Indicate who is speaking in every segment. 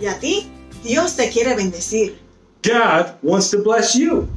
Speaker 1: Y a ti, Dios te quiere bendecir.
Speaker 2: God wants to bless you.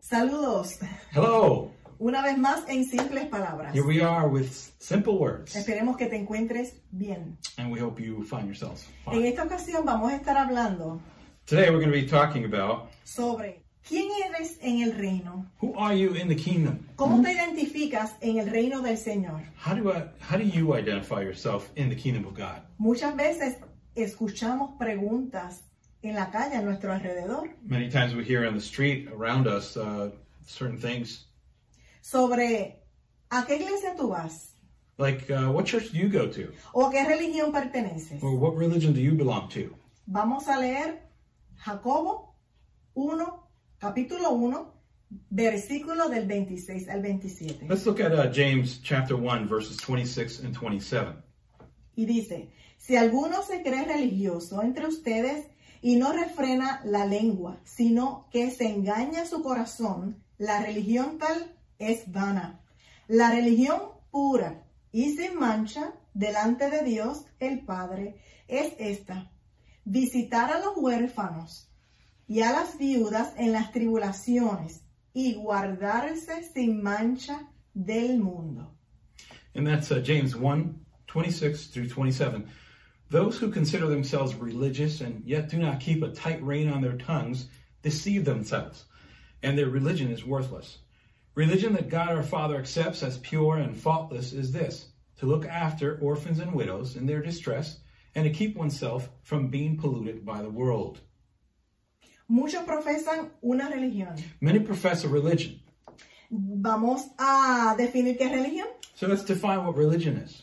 Speaker 1: Saludos.
Speaker 3: Hello.
Speaker 1: Una vez más en simples palabras.
Speaker 3: Here we are with simple words,
Speaker 1: Esperemos que te encuentres bien.
Speaker 3: and we hope you find yourselves
Speaker 1: En
Speaker 3: fine.
Speaker 1: esta ocasión vamos a estar hablando
Speaker 3: Today we're going to be talking about
Speaker 1: sobre quién eres en el reino.
Speaker 3: who are you in the kingdom?
Speaker 1: ¿Cómo te identificas en el reino del Señor?
Speaker 3: How do I, how do you identify yourself in the kingdom of God?
Speaker 1: Muchas veces escuchamos preguntas en la calle, a nuestro alrededor,
Speaker 3: Many times we hear on the street around us uh, certain things
Speaker 1: sobre a qué iglesia tú vas
Speaker 3: like uh, what church do you go to
Speaker 1: o a qué religión perteneces.
Speaker 3: or what religion do you belong to?
Speaker 1: Vamos a leer Jacobo 1, capítulo 1, versículo del 26 al 27.
Speaker 3: Let's look at uh, James chapter 1 verses 26 and 27.
Speaker 1: Y dice, si alguno se cree religioso entre ustedes y no refrena la lengua, sino que se engaña su corazón, la religión tal es vana. La religión pura y sin mancha delante de Dios el Padre es esta, visitar a los huérfanos y a las viudas en las tribulaciones y guardarse sin mancha del mundo.
Speaker 3: And that's uh, James 1 26 through 27. Those who consider themselves religious and yet do not keep a tight rein on their tongues deceive themselves, and their religion is worthless. Religion that God our Father accepts as pure and faultless is this to look after orphans and widows in their distress, and to keep oneself from being polluted by the world.
Speaker 1: Muchos profesan una religión.
Speaker 3: Many profess a religion.
Speaker 1: Vamos a definir qué es religión.
Speaker 3: So let's define what religion is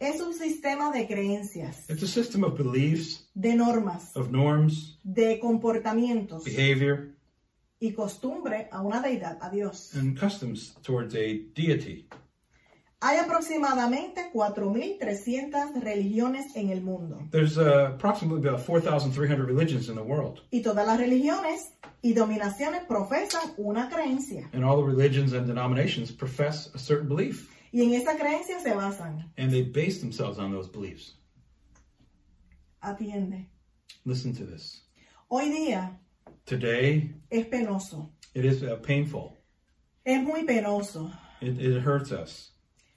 Speaker 1: Es un sistema de creencias,
Speaker 3: it's a system of beliefs,
Speaker 1: de normas,
Speaker 3: of norms,
Speaker 1: de comportamientos
Speaker 3: behavior,
Speaker 1: y costumbre a una deidad, a Dios.
Speaker 3: and customs towards a deity.
Speaker 1: Hay aproximadamente 4.300 religiones en el mundo
Speaker 3: There's uh, approximately about 4,300 religions in the world,
Speaker 1: y todas las religiones y dominaciones profesan una creencia
Speaker 3: and all the religions and denominations profess a certain belief,
Speaker 1: y en esa creencia se basan.
Speaker 3: and they base themselves on those beliefs.
Speaker 1: Atiende.
Speaker 3: Listen to this.
Speaker 1: Hoy día
Speaker 3: Today,
Speaker 1: es penoso,
Speaker 3: it is uh, painful.
Speaker 1: es muy penoso
Speaker 3: It, it hurts us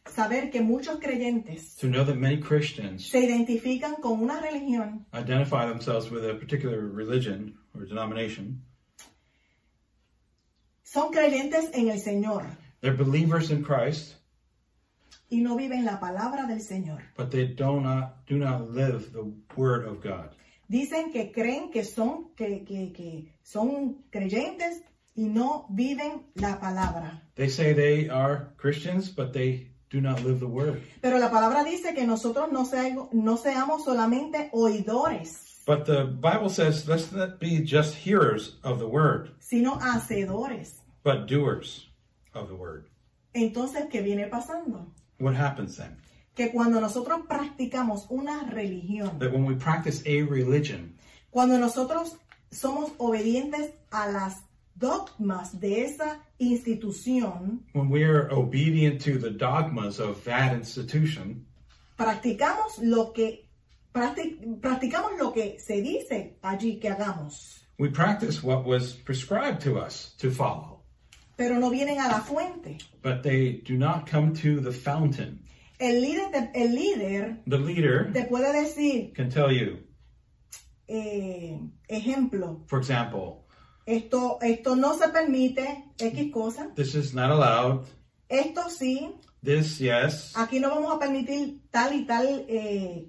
Speaker 1: saber que muchos creyentes
Speaker 3: to know that many Christians
Speaker 1: se identifican con una religión
Speaker 3: identify themselves with a particular religion or denomination.
Speaker 1: son creyentes en el Señor
Speaker 3: They're believers in Christ,
Speaker 1: y no viven la palabra del Señor.
Speaker 3: but they do not do not live the Word of God.
Speaker 1: Dicen que creen que son, que, que- que son creyentes y no viven la palabra.
Speaker 3: They say they are Christians, but they do not live the Word.
Speaker 1: Pero la palabra dice que nosotros no, seigo- no seamos solamente oidores,
Speaker 3: But the Bible says, let's not be just hearers of the word,
Speaker 1: sino hacedores.
Speaker 3: but doers of the word.
Speaker 1: Entonces, ¿qué viene pasando?
Speaker 3: What happens then?
Speaker 1: Que cuando nosotros practicamos una religión,
Speaker 3: That when we practice a religion,
Speaker 1: cuando nosotros somos obedientes a las dogmas de esa institución,
Speaker 3: when we are obedient to the dogmas of that institution,
Speaker 1: practicamos lo que practi- practicamos lo que se dice allí que hagamos,
Speaker 3: we practice what was prescribed to us to follow.
Speaker 1: pero no vienen a la fuente.
Speaker 3: But they do not come to the fountain.
Speaker 1: El líder te, el líder
Speaker 3: The leader
Speaker 1: te puede decir,
Speaker 3: can tell you,
Speaker 1: eh, ejemplo,
Speaker 3: for example,
Speaker 1: esto esto no se permite x cosa,
Speaker 3: this is not allowed,
Speaker 1: esto sí,
Speaker 3: this, yes,
Speaker 1: aquí no vamos a permitir tal y tal eh,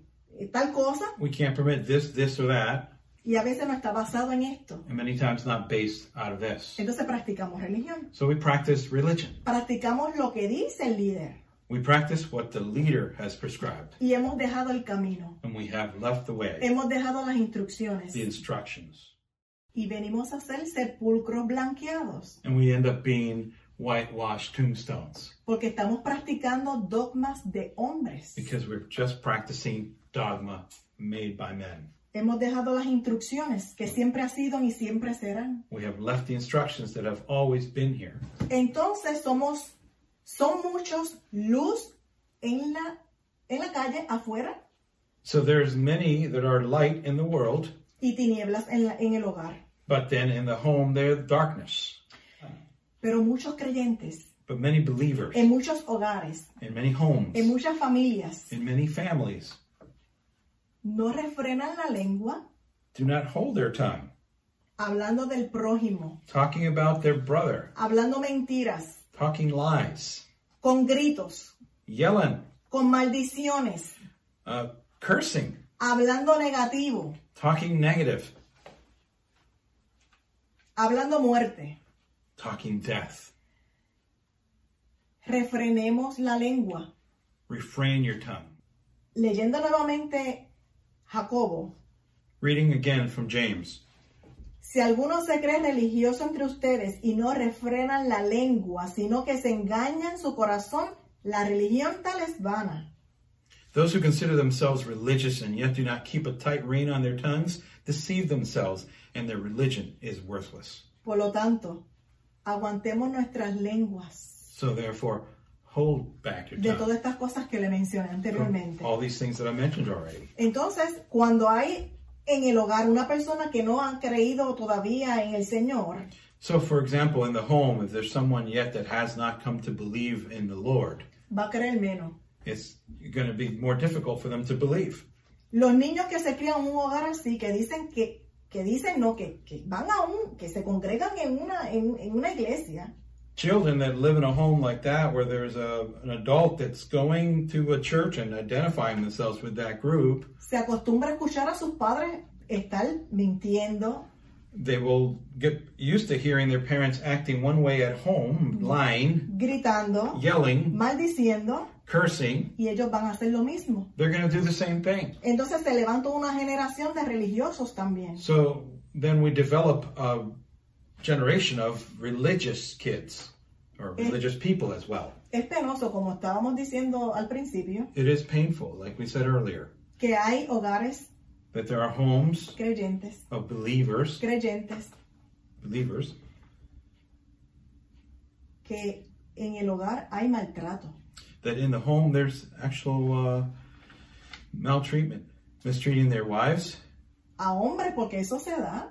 Speaker 1: tal cosa
Speaker 3: we can't permit this, this, or that,
Speaker 1: y a veces no está basado en esto.
Speaker 3: and many times not based out of this.
Speaker 1: Entonces practicamos religión,
Speaker 3: So we practice religion.
Speaker 1: practicamos lo que dice el líder
Speaker 3: We practice what the leader has prescribed,
Speaker 1: y hemos dejado el camino.
Speaker 3: and we have left the way,
Speaker 1: Hemos dejado las instrucciones
Speaker 3: the instructions,
Speaker 1: y venimos a ser sepulcros blanqueados
Speaker 3: and we end up being whitewashed tombstones
Speaker 1: porque estamos practicando dogmas de hombres.
Speaker 3: because we're just practicing dogma made by men.
Speaker 1: Hemos dejado las instrucciones que siempre ha sido y siempre serán.
Speaker 3: We have left the instructions that have always been here.
Speaker 1: Entonces somos, son muchos luz en la, en la calle afuera
Speaker 3: So there's many that are light in the world,
Speaker 1: y tinieblas en, la- en el hogar.
Speaker 3: but then in the home they're darkness.
Speaker 1: Pero muchos creyentes,
Speaker 3: But many believers
Speaker 1: en muchos hogares,
Speaker 3: in many homes,
Speaker 1: en muchas familias,
Speaker 3: in many families,
Speaker 1: no refrenan la lengua
Speaker 3: do not hold their tongue,
Speaker 1: hablando del prójimo,
Speaker 3: talking about their brother,
Speaker 1: hablando mentiras,
Speaker 3: talking lies,
Speaker 1: con gritos,
Speaker 3: yelling,
Speaker 1: con maldiciones,
Speaker 3: uh, cursing,
Speaker 1: hablando negativo,
Speaker 3: talking negative,
Speaker 1: hablando muerte.
Speaker 3: talking death.
Speaker 1: Refrenemos la lengua.
Speaker 3: Refrain your tongue.
Speaker 1: Leyendo nuevamente Jacobo,
Speaker 3: Reading again from James.
Speaker 1: Si alguno se cree religioso entre ustedes y no refrenan la lengua, sino que se engaña en su corazón, la religión tal es vana.
Speaker 3: Those who consider themselves religious and yet do not keep a tight rein on their tongues deceive themselves, and their religion is worthless.
Speaker 1: Por lo tanto, aguantemos nuestras lenguas
Speaker 3: So, therefore, hold back your
Speaker 1: de todas
Speaker 3: tongue
Speaker 1: estas cosas que le mencioné
Speaker 3: from
Speaker 1: anteriormente.
Speaker 3: all these things that I mentioned already.
Speaker 1: Entonces, cuando hay en el hogar una persona que no ha creído todavía en el Señor,
Speaker 3: So, for example, in the home, if there's someone yet that has not come to believe in the Lord,
Speaker 1: va a creer menos.
Speaker 3: it's going to be more difficult for them to believe.
Speaker 1: Los niños que se crían en un hogar así, que dicen que, que dicen no, que, que van a un, que se congregan en una, en- en una iglesia,
Speaker 3: Children that live in a home like that, where there's a, an adult that's going to a church and identifying themselves with that group,
Speaker 1: se acostumbra a escuchar a sus padres estar mintiendo,
Speaker 3: they will get used to hearing their parents acting one way at home, lying,
Speaker 1: gritando,
Speaker 3: yelling,
Speaker 1: maldiciendo,
Speaker 3: cursing.
Speaker 1: y ellos van a hacer lo mismo.
Speaker 3: They're going to do the same thing.
Speaker 1: Entonces se levanta una generación de religiosos también.
Speaker 3: So then we develop a generation of religious kids or religious people as well.
Speaker 1: Es penoso, como estábamos diciendo al principio,
Speaker 3: It is painful, like we said earlier,
Speaker 1: que hay hogares
Speaker 3: that there are homes
Speaker 1: creyentes,
Speaker 3: of believers,
Speaker 1: creyentes,
Speaker 3: believers,
Speaker 1: que en el hogar hay maltrato.
Speaker 3: that in the home there's actual uh, maltreatment, mistreating their wives,
Speaker 1: A hombres, porque eso se da,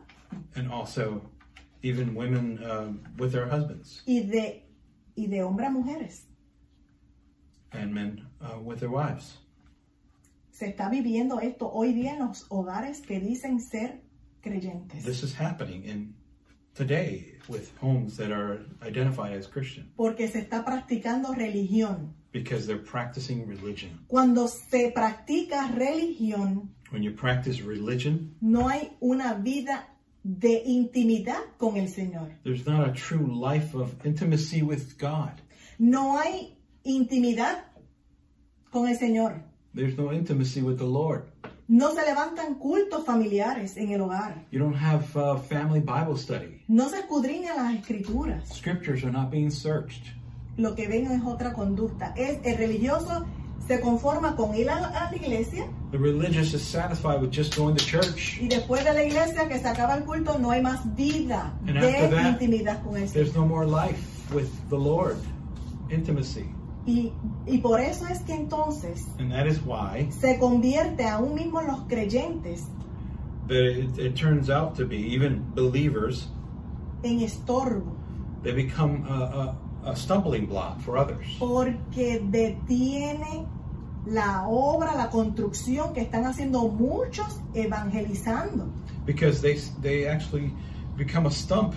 Speaker 3: and also even women uh, with their husbands
Speaker 1: y de, y de hombres a mujeres.
Speaker 3: and men uh, with their wives.
Speaker 1: Se está viviendo esto hoy día en los hogares que dicen ser creyentes.
Speaker 3: This is happening in today with homes that are identified as Christian
Speaker 1: porque se está practicando religión.
Speaker 3: because they're practicing religion.
Speaker 1: Cuando se practica religión,
Speaker 3: When you practice religion,
Speaker 1: no hay una vida de intimidad con el Señor.
Speaker 3: there's not a true life of intimacy with God.
Speaker 1: No hay intimidad con el Señor.
Speaker 3: There's no intimacy with the Lord.
Speaker 1: No se levantan cultos familiares en el hogar.
Speaker 3: You don't have uh, family Bible study.
Speaker 1: No se escudriñan las escrituras.
Speaker 3: Scriptures are not being searched.
Speaker 1: Lo que ven es otra conducta. Es el religioso se conforma con ir a la, a la iglesia
Speaker 3: The religious is satisfied with just going to church.
Speaker 1: y después de la iglesia que se acaba el culto no hay más vida
Speaker 3: And after
Speaker 1: de
Speaker 3: that,
Speaker 1: intimidad con el Señor.
Speaker 3: There's no more life with the Lord, intimacy.
Speaker 1: Y, y por eso es que entonces
Speaker 3: And that is why
Speaker 1: se convierte aún mismo los creyentes
Speaker 3: that it, it turns out to be even believers
Speaker 1: en estorbo,
Speaker 3: they become a, a, a stumbling block for others
Speaker 1: porque detiene la obra, la construcción que están haciendo muchos evangelizando.
Speaker 3: because they they actually become a stump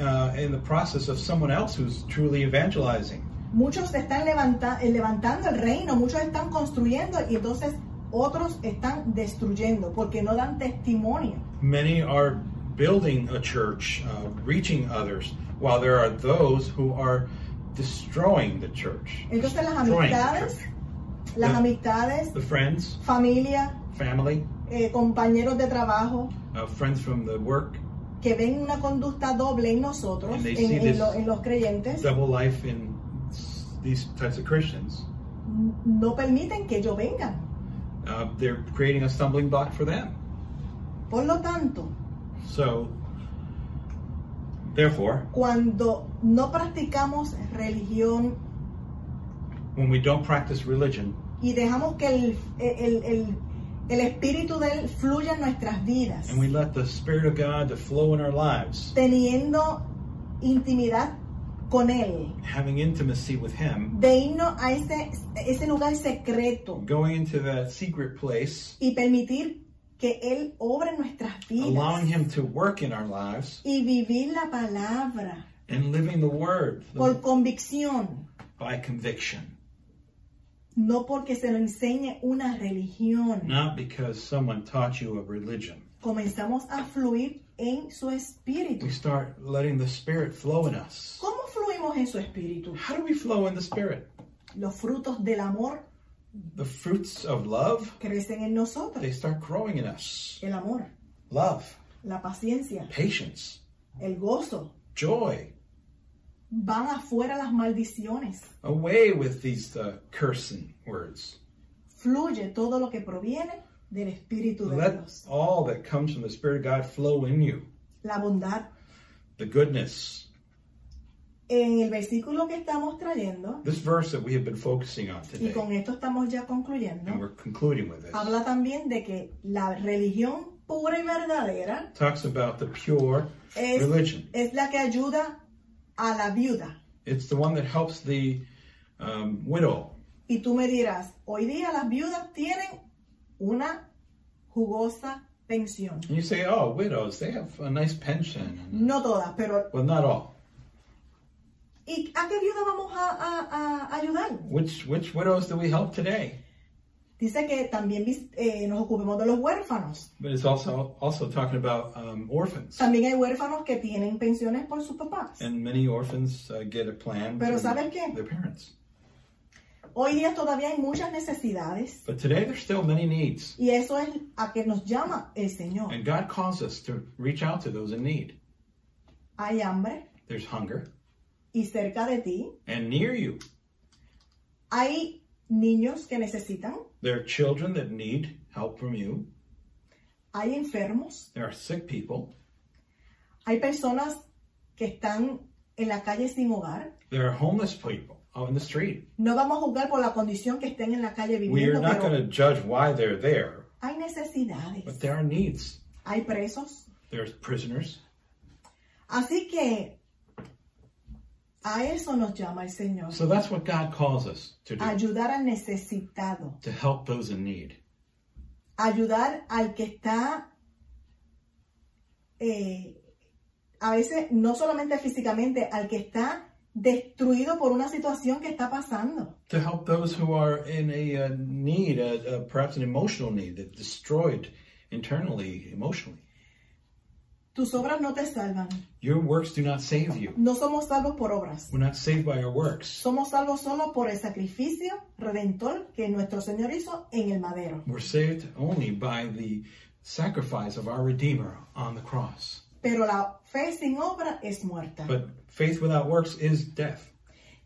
Speaker 3: uh, in the process of someone else who's truly evangelizing.
Speaker 1: Muchos están levanta- eh, levantando el reino, muchos están construyendo y entonces otros están destruyendo porque no dan testimonio.
Speaker 3: Many are building a church, uh, reaching others, while there are those who are destroying the church,
Speaker 1: Entonces las
Speaker 3: Destroying the
Speaker 1: amistades,
Speaker 3: church.
Speaker 1: las
Speaker 3: Yeah.
Speaker 1: amistades,
Speaker 3: the friends,
Speaker 1: familia,
Speaker 3: family,
Speaker 1: eh, compañeros de trabajo,
Speaker 3: uh, friends from the work,
Speaker 1: que ven una conducta doble en nosotros,
Speaker 3: And they
Speaker 1: en,
Speaker 3: see
Speaker 1: en
Speaker 3: this-
Speaker 1: lo- en los creyentes,
Speaker 3: double life in s- these types of Christians.
Speaker 1: n- no permiten que ellos vengan.
Speaker 3: Uh, they're creating a stumbling block for them.
Speaker 1: Por lo tanto,
Speaker 3: So, therefore,
Speaker 1: cuando no practicamos religión
Speaker 3: when we don't practice religion
Speaker 1: y dejamos que el, el- el- El Espíritu de Él fluye en nuestras vidas,
Speaker 3: and we let the Spirit of God to flow in our lives,
Speaker 1: teniendo intimidad con Él,
Speaker 3: having intimacy with Him,
Speaker 1: de irnos a ese, ese lugar secreto
Speaker 3: going into that secret place,
Speaker 1: y permitir que Él obre en nuestras
Speaker 3: allowing
Speaker 1: vidas
Speaker 3: Him to work in our lives,
Speaker 1: y vivir la palabra
Speaker 3: and living the Word
Speaker 1: por convicción,
Speaker 3: by conviction,
Speaker 1: no porque se lo enseñe una religión.
Speaker 3: not because someone taught you a religion.
Speaker 1: Comenzamos a fluir en su espíritu.
Speaker 3: We start letting the Spirit flow in us.
Speaker 1: ¿Cómo fluimos en su espíritu?
Speaker 3: How do we flow in the Spirit?
Speaker 1: Los frutos del amor
Speaker 3: The fruits of love,
Speaker 1: crecen en nosotros.
Speaker 3: they start growing in us.
Speaker 1: El amor,
Speaker 3: Love,
Speaker 1: la paciencia,
Speaker 3: patience,
Speaker 1: el gozo.
Speaker 3: joy,
Speaker 1: Van afuera las maldiciones.
Speaker 3: away with these uh, cursing words.
Speaker 1: Fluye todo lo que proviene del Espíritu de
Speaker 3: Let
Speaker 1: Dios.
Speaker 3: all that comes from the Spirit of God flow in you.
Speaker 1: La bondad.
Speaker 3: The goodness.
Speaker 1: En el versículo que estamos trayendo,
Speaker 3: This verse that we have been focusing on
Speaker 1: y
Speaker 3: today,
Speaker 1: con esto estamos ya concluyendo,
Speaker 3: and we're concluding with this,
Speaker 1: habla también de que la religión pura y verdadera
Speaker 3: talks about the pure
Speaker 1: es,
Speaker 3: religion.
Speaker 1: es la que ayuda a la viuda.
Speaker 3: It's the one that helps the um, widow.
Speaker 1: Y tú me dirás, hoy día las viudas tienen una jugosa pensión.
Speaker 3: And you say, oh, widows, they have a nice pension. And,
Speaker 1: No todas, pero
Speaker 3: well, not all.
Speaker 1: ¿y a qué viuda vamos a, a- a ayudar?
Speaker 3: Which, which widows do we help today?
Speaker 1: Dice que también vis- eh, nos ocupemos de los huérfanos.
Speaker 3: But it's also also talking about um, orphans.
Speaker 1: También hay huérfanos que tienen pensiones por sus papás.
Speaker 3: And many orphans uh, get a plan
Speaker 1: Pero
Speaker 3: through
Speaker 1: ¿sabes qué?
Speaker 3: their parents.
Speaker 1: Hoy día todavía hay muchas necesidades
Speaker 3: But today there's still many needs.
Speaker 1: y eso es a que nos llama el Señor.
Speaker 3: And God calls us to reach out to those in need.
Speaker 1: Hay hambre
Speaker 3: There's hunger
Speaker 1: y cerca de ti
Speaker 3: and near you.
Speaker 1: hay niños que necesitan,
Speaker 3: There are children that need help from you.
Speaker 1: hay enfermos,
Speaker 3: There are sick people.
Speaker 1: hay personas que están en la calle sin hogar.
Speaker 3: There are homeless people out in the street.
Speaker 1: No vamos a juzgar por la condición que estén en la calle
Speaker 3: We are
Speaker 1: viviendo,
Speaker 3: not going
Speaker 1: pero
Speaker 3: to judge why they're there,
Speaker 1: hay necesidades,
Speaker 3: but there are needs.
Speaker 1: hay presos.
Speaker 3: There's prisoners.
Speaker 1: Así que a eso nos llama el Señor,
Speaker 3: So that's what God calls us to do,
Speaker 1: ayudar al necesitado.
Speaker 3: to help those in need.
Speaker 1: ayudar al que está eh, a veces no solamente físicamente, al que está destruido por una situación que está pasando.
Speaker 3: to help those who are in a uh, need, uh, uh, perhaps an emotional need that destroyed internally, emotionally.
Speaker 1: Tus obras no te salvan.
Speaker 3: Your works do not save you.
Speaker 1: No somos salvos por obras.
Speaker 3: We're not saved by our works.
Speaker 1: Somos salvos solo por el sacrificio redentor que nuestro Señor hizo en el madero.
Speaker 3: We're saved only by the sacrifice of our Redeemer on the cross.
Speaker 1: Pero la fe sin obra es muerta.
Speaker 3: But faith without works is death.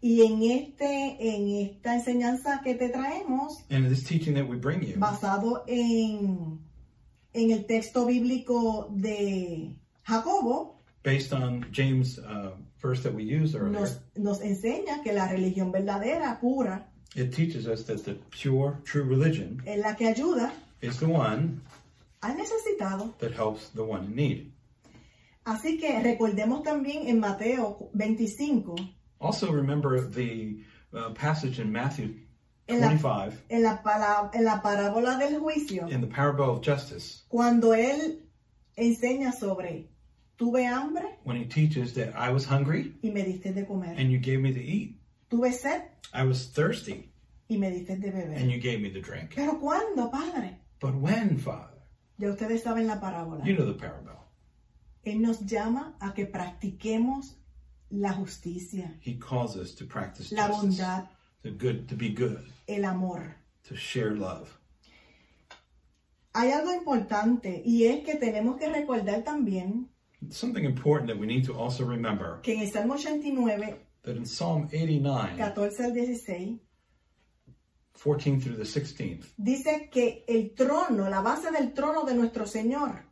Speaker 1: Y en, este, en esta enseñanza que te traemos,
Speaker 3: And this teaching that we bring you
Speaker 1: basado en, en el texto bíblico de Jacobo,
Speaker 3: based on James' uh, verse that we used earlier.
Speaker 1: nos, nos enseña que la religión verdadera, pura,
Speaker 3: It teaches us that the pure, true religion
Speaker 1: es la que ayuda
Speaker 3: is the one
Speaker 1: al necesitado.
Speaker 3: that helps the one in need.
Speaker 1: Así que recordemos también en Mateo 25,
Speaker 3: Also, remember the uh, passage in Matthew
Speaker 1: en la,
Speaker 3: 25
Speaker 1: en, la pala- en la parábola del juicio,
Speaker 3: in the parable of justice
Speaker 1: cuando él enseña sobre, tuve hambre
Speaker 3: when he teaches that I was hungry
Speaker 1: y me diste de comer,
Speaker 3: and you gave me to eat,
Speaker 1: tuve sed
Speaker 3: I was thirsty
Speaker 1: y me diste de beber.
Speaker 3: and you gave me to drink.
Speaker 1: Pero ¿cuándo, Padre?
Speaker 3: But when, Father?
Speaker 1: Ya ustedes saben la parábola.
Speaker 3: You know the parable.
Speaker 1: Él nos llama a que practiquemos la justicia,
Speaker 3: He calls us to practice
Speaker 1: la
Speaker 3: justice,
Speaker 1: bondad,
Speaker 3: to good, to be good,
Speaker 1: el amor.
Speaker 3: to share love.
Speaker 1: Hay algo importante y es que tenemos que recordar también
Speaker 3: Something important that we need to also remember
Speaker 1: que en el Salmo 89,
Speaker 3: that in Psalm 89,
Speaker 1: 14 al 16,
Speaker 3: 14 through the 16th,
Speaker 1: dice que el trono, la base del trono de nuestro Señor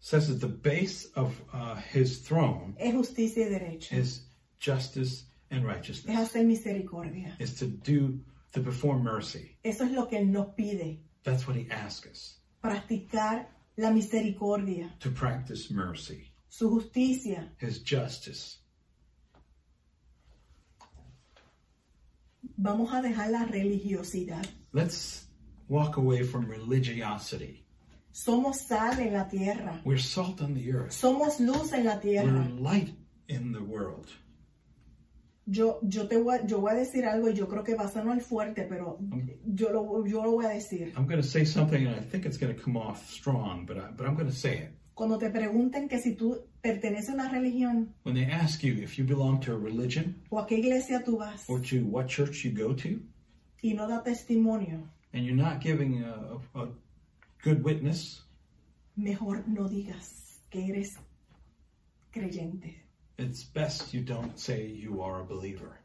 Speaker 3: says that the base of uh, his throne
Speaker 1: es justicia y derecho,
Speaker 3: is justice and righteousness.
Speaker 1: es hacer misericordia.
Speaker 3: is to do to perform mercy.
Speaker 1: Eso es lo que Él nos pide,
Speaker 3: That's what he asks us
Speaker 1: practicar la misericordia,
Speaker 3: to practice mercy,
Speaker 1: su justicia.
Speaker 3: his justice.
Speaker 1: Vamos a dejar la religiosidad.
Speaker 3: Let's walk away from religiosity.
Speaker 1: Somos sal en la tierra.
Speaker 3: We're salt on the earth,
Speaker 1: Somos luz en la
Speaker 3: we're
Speaker 1: tierra.
Speaker 3: light in the world.
Speaker 1: Yo, yo, te voy a, yo voy a decir algo y yo creo que va a sonar fuerte, pero yo lo, yo lo voy a decir.
Speaker 3: I'm going to say something, and I think it's going to come off strong, but, I, but I'm going to say it.
Speaker 1: Cuando te pregunten que si tú perteneces a una religión
Speaker 3: When they ask you if you belong to a religion
Speaker 1: o a qué iglesia tú vas
Speaker 3: or to what church you go to,
Speaker 1: y no da testimonio,
Speaker 3: and you're not giving a, a, a good witness,
Speaker 1: mejor no digas que eres creyente.
Speaker 3: it's best you don't say you are a believer.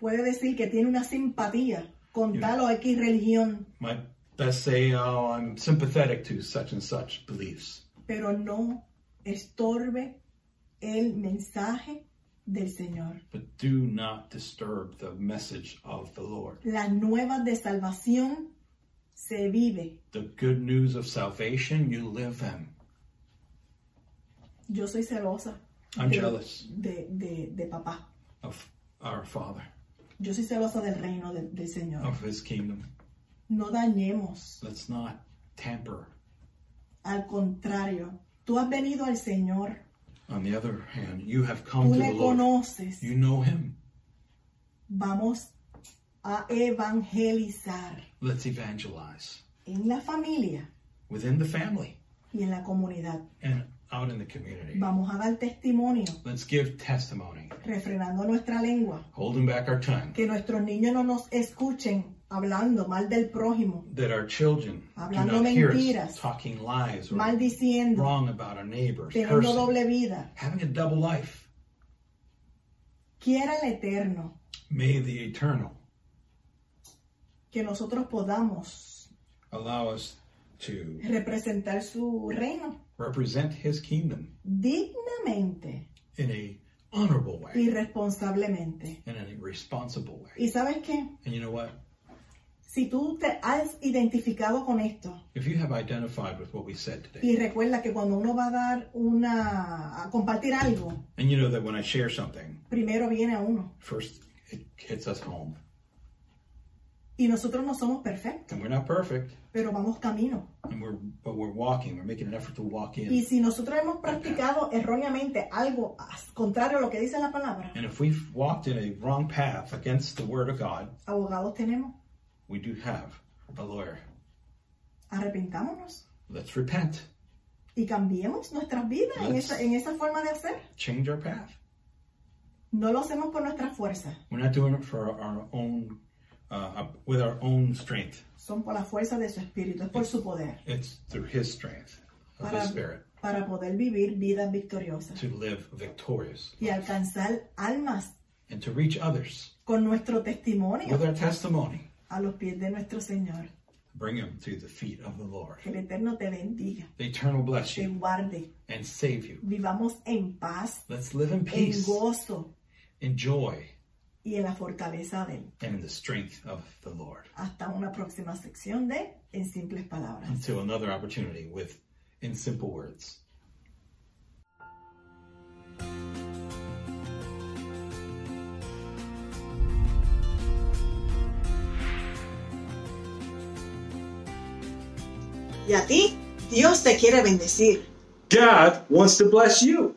Speaker 1: Puede decir que tiene una simpatía con tal o X religión,
Speaker 3: Might best say, oh, I'm sympathetic to such and such beliefs.
Speaker 1: pero no estorbe el mensaje del Señor.
Speaker 3: But do not disturb the message of the Lord.
Speaker 1: Las nuevas de salvación se vive.
Speaker 3: The good news of salvation, you live in.
Speaker 1: Yo soy celosa
Speaker 3: I'm
Speaker 1: de-
Speaker 3: jealous
Speaker 1: de, de- de papá.
Speaker 3: of our Father,
Speaker 1: Yo soy celosa del reino del- del Señor.
Speaker 3: of His kingdom.
Speaker 1: No dañemos.
Speaker 3: Let's not tamper.
Speaker 1: Al contrario, tú has venido al Señor.
Speaker 3: On the other hand, you have come
Speaker 1: Tú
Speaker 3: to the
Speaker 1: le
Speaker 3: Lord.
Speaker 1: conoces.
Speaker 3: You know Him.
Speaker 1: Vamos a evangelizar
Speaker 3: Let's evangelize
Speaker 1: en la familia
Speaker 3: within the family
Speaker 1: y en la comunidad.
Speaker 3: and out in the community.
Speaker 1: Vamos a dar testimonio,
Speaker 3: Let's give testimony,
Speaker 1: refrenando nuestra lengua.
Speaker 3: holding back our tongue,
Speaker 1: Que nuestros niños no nos escuchen hablando mal del prójimo,
Speaker 3: that our children do
Speaker 1: Hablando
Speaker 3: not hear
Speaker 1: mentiras.
Speaker 3: us talking lies or
Speaker 1: maldiciendo,
Speaker 3: wrong about our neighbors,
Speaker 1: teniendo
Speaker 3: cursing,
Speaker 1: doble vida.
Speaker 3: having a double life.
Speaker 1: Quiera el Eterno
Speaker 3: May the eternal
Speaker 1: que nosotros podamos
Speaker 3: allow us to
Speaker 1: representar su reino
Speaker 3: represent His kingdom
Speaker 1: dignamente
Speaker 3: in a honorable way,
Speaker 1: y responsablemente.
Speaker 3: and in a responsible way.
Speaker 1: ¿Y sabes qué?
Speaker 3: And you know what?
Speaker 1: Si tú te has identificado con esto,
Speaker 3: If you have identified with what we said today,
Speaker 1: Y recuerda que cuando uno va a dar una, a compartir algo,
Speaker 3: and you know that when I share something,
Speaker 1: primero viene a uno.
Speaker 3: first it hits us home.
Speaker 1: Y nosotros no somos perfectos,
Speaker 3: And we're not perfect,
Speaker 1: pero vamos camino.
Speaker 3: and we're but we're walking. We're making an effort to walk
Speaker 1: Y
Speaker 3: in.
Speaker 1: si nosotros hemos practicado erróneamente algo as- contrario a lo que dice la palabra,
Speaker 3: And if we've walked in a wrong path against the Word of God,
Speaker 1: abogados tenemos.
Speaker 3: we do have a lawyer.
Speaker 1: Arrepentámonos
Speaker 3: Let's repent,
Speaker 1: y cambiemos nuestras vidas en
Speaker 3: Yes.
Speaker 1: esa, en esa forma de hacer.
Speaker 3: change our path.
Speaker 1: No lo hacemos por nuestra fuerza,
Speaker 3: We're not doing it for our own, uh, with our own strength.
Speaker 1: son por la fuerza de su espíritu, es por su poder,
Speaker 3: It's through His strength, of
Speaker 1: Para-
Speaker 3: His Spirit,
Speaker 1: para poder vivir vidas victoriosas
Speaker 3: to live victorious
Speaker 1: y alcanzar almas
Speaker 3: and to reach others
Speaker 1: con nuestro testimonio.
Speaker 3: with our testimony.
Speaker 1: a los pies de nuestro Señor.
Speaker 3: Bring them to the feet of the Lord.
Speaker 1: Que el Eterno te bendiga,
Speaker 3: The Eternal bless
Speaker 1: te
Speaker 3: you
Speaker 1: guarde.
Speaker 3: and save you.
Speaker 1: Vivamos en paz,
Speaker 3: Let's live in
Speaker 1: en
Speaker 3: peace,
Speaker 1: gozo
Speaker 3: in joy,
Speaker 1: y en la fortaleza de Él.
Speaker 3: and in the strength of the Lord.
Speaker 1: Hasta una próxima sección de En Simples Palabras.
Speaker 3: Until another opportunity with In Simple Words.
Speaker 1: Y a ti, Dios te quiere bendecir.
Speaker 2: God wants to bless you.